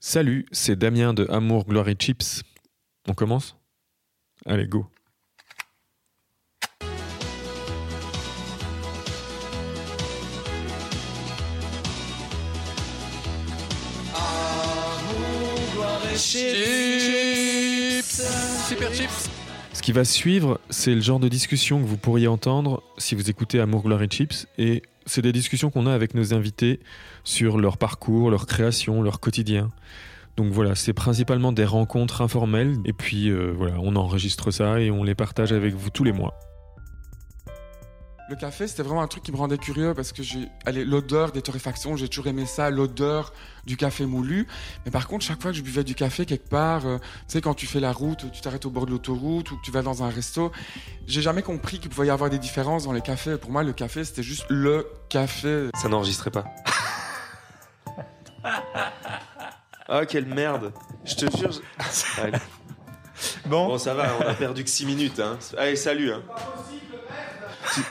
Salut, c'est Damien de Amour Glory Chips. On commence Allez, go. Super chips. Ce qui va suivre, c'est le genre de discussion que vous pourriez entendre si vous écoutez Amour Glory Chips. Et c'est des discussions qu'on a avec nos invités sur leur parcours, leur création, leur quotidien. Donc voilà, c'est principalement des rencontres informelles. Et puis euh, voilà, on enregistre ça et on les partage avec vous tous les mois. Le café, c'était vraiment un truc qui me rendait curieux parce que j'ai, allez, l'odeur des torréfactions, j'ai toujours aimé ça, l'odeur du café moulu. Mais par contre, chaque fois que je buvais du café quelque part, euh, tu sais, quand tu fais la route, tu t'arrêtes au bord de l'autoroute ou que tu vas dans un resto, j'ai jamais compris qu'il pouvait y avoir des différences dans les cafés. Pour moi, le café, c'était juste le café. Ça n'enregistrait pas. ah, quelle merde. Je te jure. je- Ouais. Bon, Bon, ça va, on a perdu que 6 minutes. Hein. Allez, salut. Hein.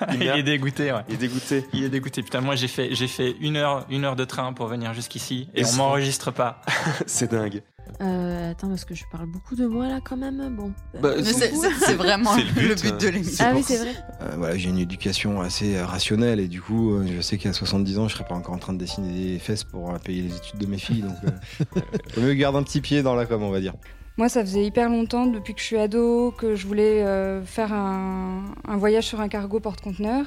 Il, Il est merde, dégoûté, ouais. il est dégoûté. Il est dégoûté. Putain, moi j'ai fait, j'ai fait une heure, une heure de train pour venir jusqu'ici et, Et on ça- m'enregistre pas. C'est dingue. Euh, attends, parce que je parle beaucoup de moi là quand même. Bon. Bah, Mais ils sont c'est- fous. hein. c'est c'est Ah, vraiment C'est le but, le but de hein. l'émission. Ah oui, c'est vrai. Euh, voilà, j'ai une éducation assez euh, rationnelle et du coup, euh, je sais qu'à 70 ans, je serais pas encore en train de dessiner des fesses pour euh, payer les études de mes filles. Donc, euh, vaut mieux garder un petit pied dans la com, on va dire. Moi, ça faisait hyper longtemps, depuis que je suis ado, que je voulais euh, faire un, un voyage sur un cargo porte-conteneur.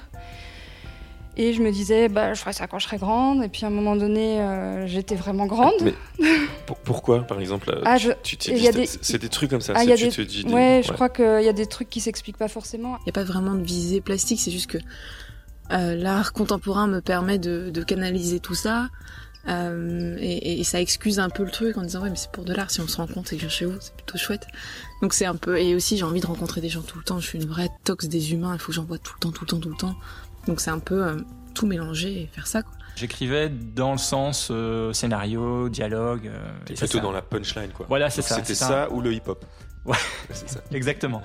Et je me disais, bah, je ferai ça quand je serai grande. Et puis à un moment donné, euh, j'étais vraiment grande. Mais pour- pourquoi, par exemple euh, Ah, je- tu t'y il y dis- a des- C'est c'est des trucs comme ça. Ah, c'est- il y a tu des- te dis des- ouais, je crois qu'il y a des trucs qui s'expliquent pas forcément. Il n'y a pas vraiment de visée plastique, c'est juste que euh, l'art contemporain me permet de, de canaliser tout ça. euh, et, et ça excuse un peu le truc en disant ouais mais c'est pour de l'art si on se rend compte et bien chez vous c'est plutôt chouette donc c'est un peu et aussi j'ai envie de rencontrer des gens tout le temps je suis une vraie tox des humains il faut que j'en vois tout le temps tout le temps tout le temps donc c'est un peu euh, tout mélanger et faire ça quoi J'écrivais dans le sens euh, scénario, dialogue. euh, et T'es c'est plutôt ça. dans la punchline, quoi. Voilà, c'est Donc ça. C'était c'est un- ça ou le hip-hop. Ouais. C'est ça. Exactement.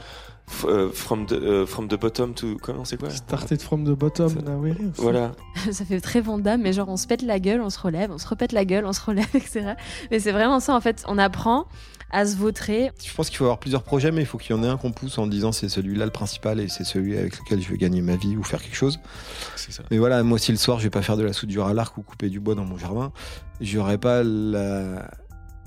F- euh, from, the, euh, from the bottom to. Comment c'est quoi started from the bottom. Ça- now we live. Voilà. Ça fait très Vanda, mais genre on se pète la gueule, on se relève, on se repète la gueule, on se relève, etc. Mais c'est vraiment ça en fait. On apprend à se vautrer. Je pense qu'il faut avoir plusieurs projets, mais il faut qu'il y en ait un qu'on pousse en disant c'est celui-là le principal et c'est celui avec lequel je vais gagner ma vie ou faire quelque chose. C'est ça. Mais voilà, moi, si le soir, je vais pas faire de la soudure à l'arc ou couper du bois dans mon jardin, j'aurai pas la,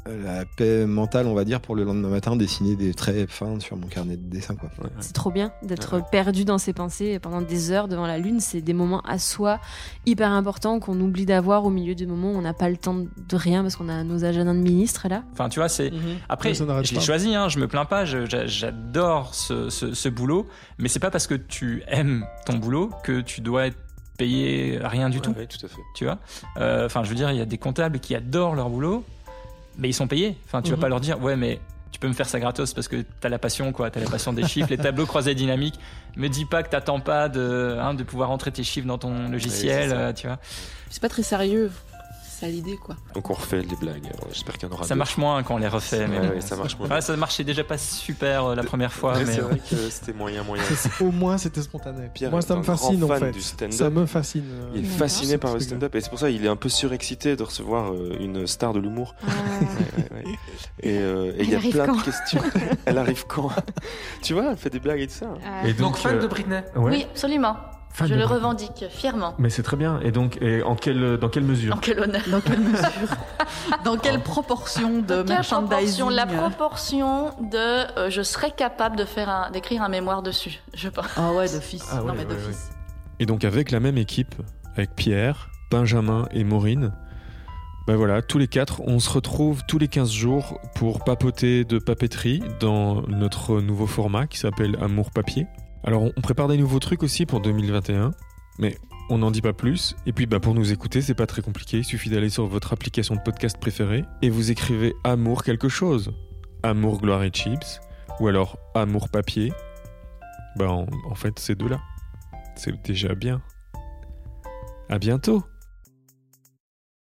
la paix mentale, on va dire, pour le lendemain matin dessiner des traits fins sur mon carnet de dessin, quoi. Ouais. C'est trop bien d'être Ouais. perdu dans ses pensées pendant des heures devant la lune. C'est des moments à soi hyper importants qu'on oublie d'avoir au milieu du moment où on n'a pas le temps de rien parce qu'on a nos agendas de ministre là. Enfin, tu vois, c'est. Après, Mais Mhm. ça n'arrête je pas. l'ai choisi, hein, je me plains pas, je- j'a- j'adore ce, ce- ce boulot, mais c'est pas parce que tu aimes ton boulot que tu dois être payé rien du Ouais, tout, ouais, tout à fait. tu vois. Euh, Enfin, je veux dire, il y a des comptables qui adorent leur boulot, mais ils sont payés. Enfin, tu Mhm. vas pas leur dire, ouais, mais tu peux me faire ça gratos parce que t'as la passion, quoi, t'as la passion des chiffres, les tableaux croisés dynamiques. Me dis pas que t'attends pas de, hein, de pouvoir entrer tes chiffres dans ton logiciel, ça. euh, tu vois. c'est pas très sérieux c'est ça l'idée quoi Donc on refait les blagues. Alors, J'espère qu'il y en aura Ça d'autres. marche moins quand on les refait, mais Ouais, bon. ouais, ça marche moins. Ouais, ça marchait déjà pas super euh, la première fois, Ouais, mais c'est vrai que c'était moyen, moyen. Ça, c'est- Au moins, c'était spontané. Pierre Moi, est ça un me fascine grand en fan fait. du stand-up. Ça me fascine. euh, Il est D'accord. fasciné par le Parce que- stand-up et c'est pour ça il est un peu surexcité de recevoir euh, une star de l'humour. Ouais, ouais, ouais. Et euh, et il y Ah. Elle a arrive plein de quand questions. Elle arrive quand Tu vois, elle fait des blagues et tout ça. Et donc, euh, Britney. ouais, Ah, Oui, absolument. fan je de le Britney. revendique fièrement. Mais c'est très bien. Et donc, et en quelle, dans quelle mesure Dans quel honneur Dans quelle mesure Dans quelle Ah, proportion de Quelle merchandising euh, proportion La proportion de euh, je serais capable de faire un- d'écrire un mémoire dessus, je pense. Ah ouais, d'office. Ah ouais, non mais ouais, d'office. Et donc avec la même équipe, avec Pierre, Benjamin et Maureen, ben voilà, tous les quatre, on se retrouve tous les 15 jours pour papoter de papeterie dans notre nouveau format qui s'appelle Amour Papier. Alors on on prépare des nouveaux trucs aussi pour 2021, mais on n'en dit pas plus. Et puis bah, pour nous écouter, c'est pas très compliqué, il suffit d'aller sur votre application de podcast préférée et vous écrivez Amour quelque chose. Amour Gloire et Chips, ou alors Amour Papier. Ben en- en fait, ces deux-là. C'est déjà bien. À bientôt.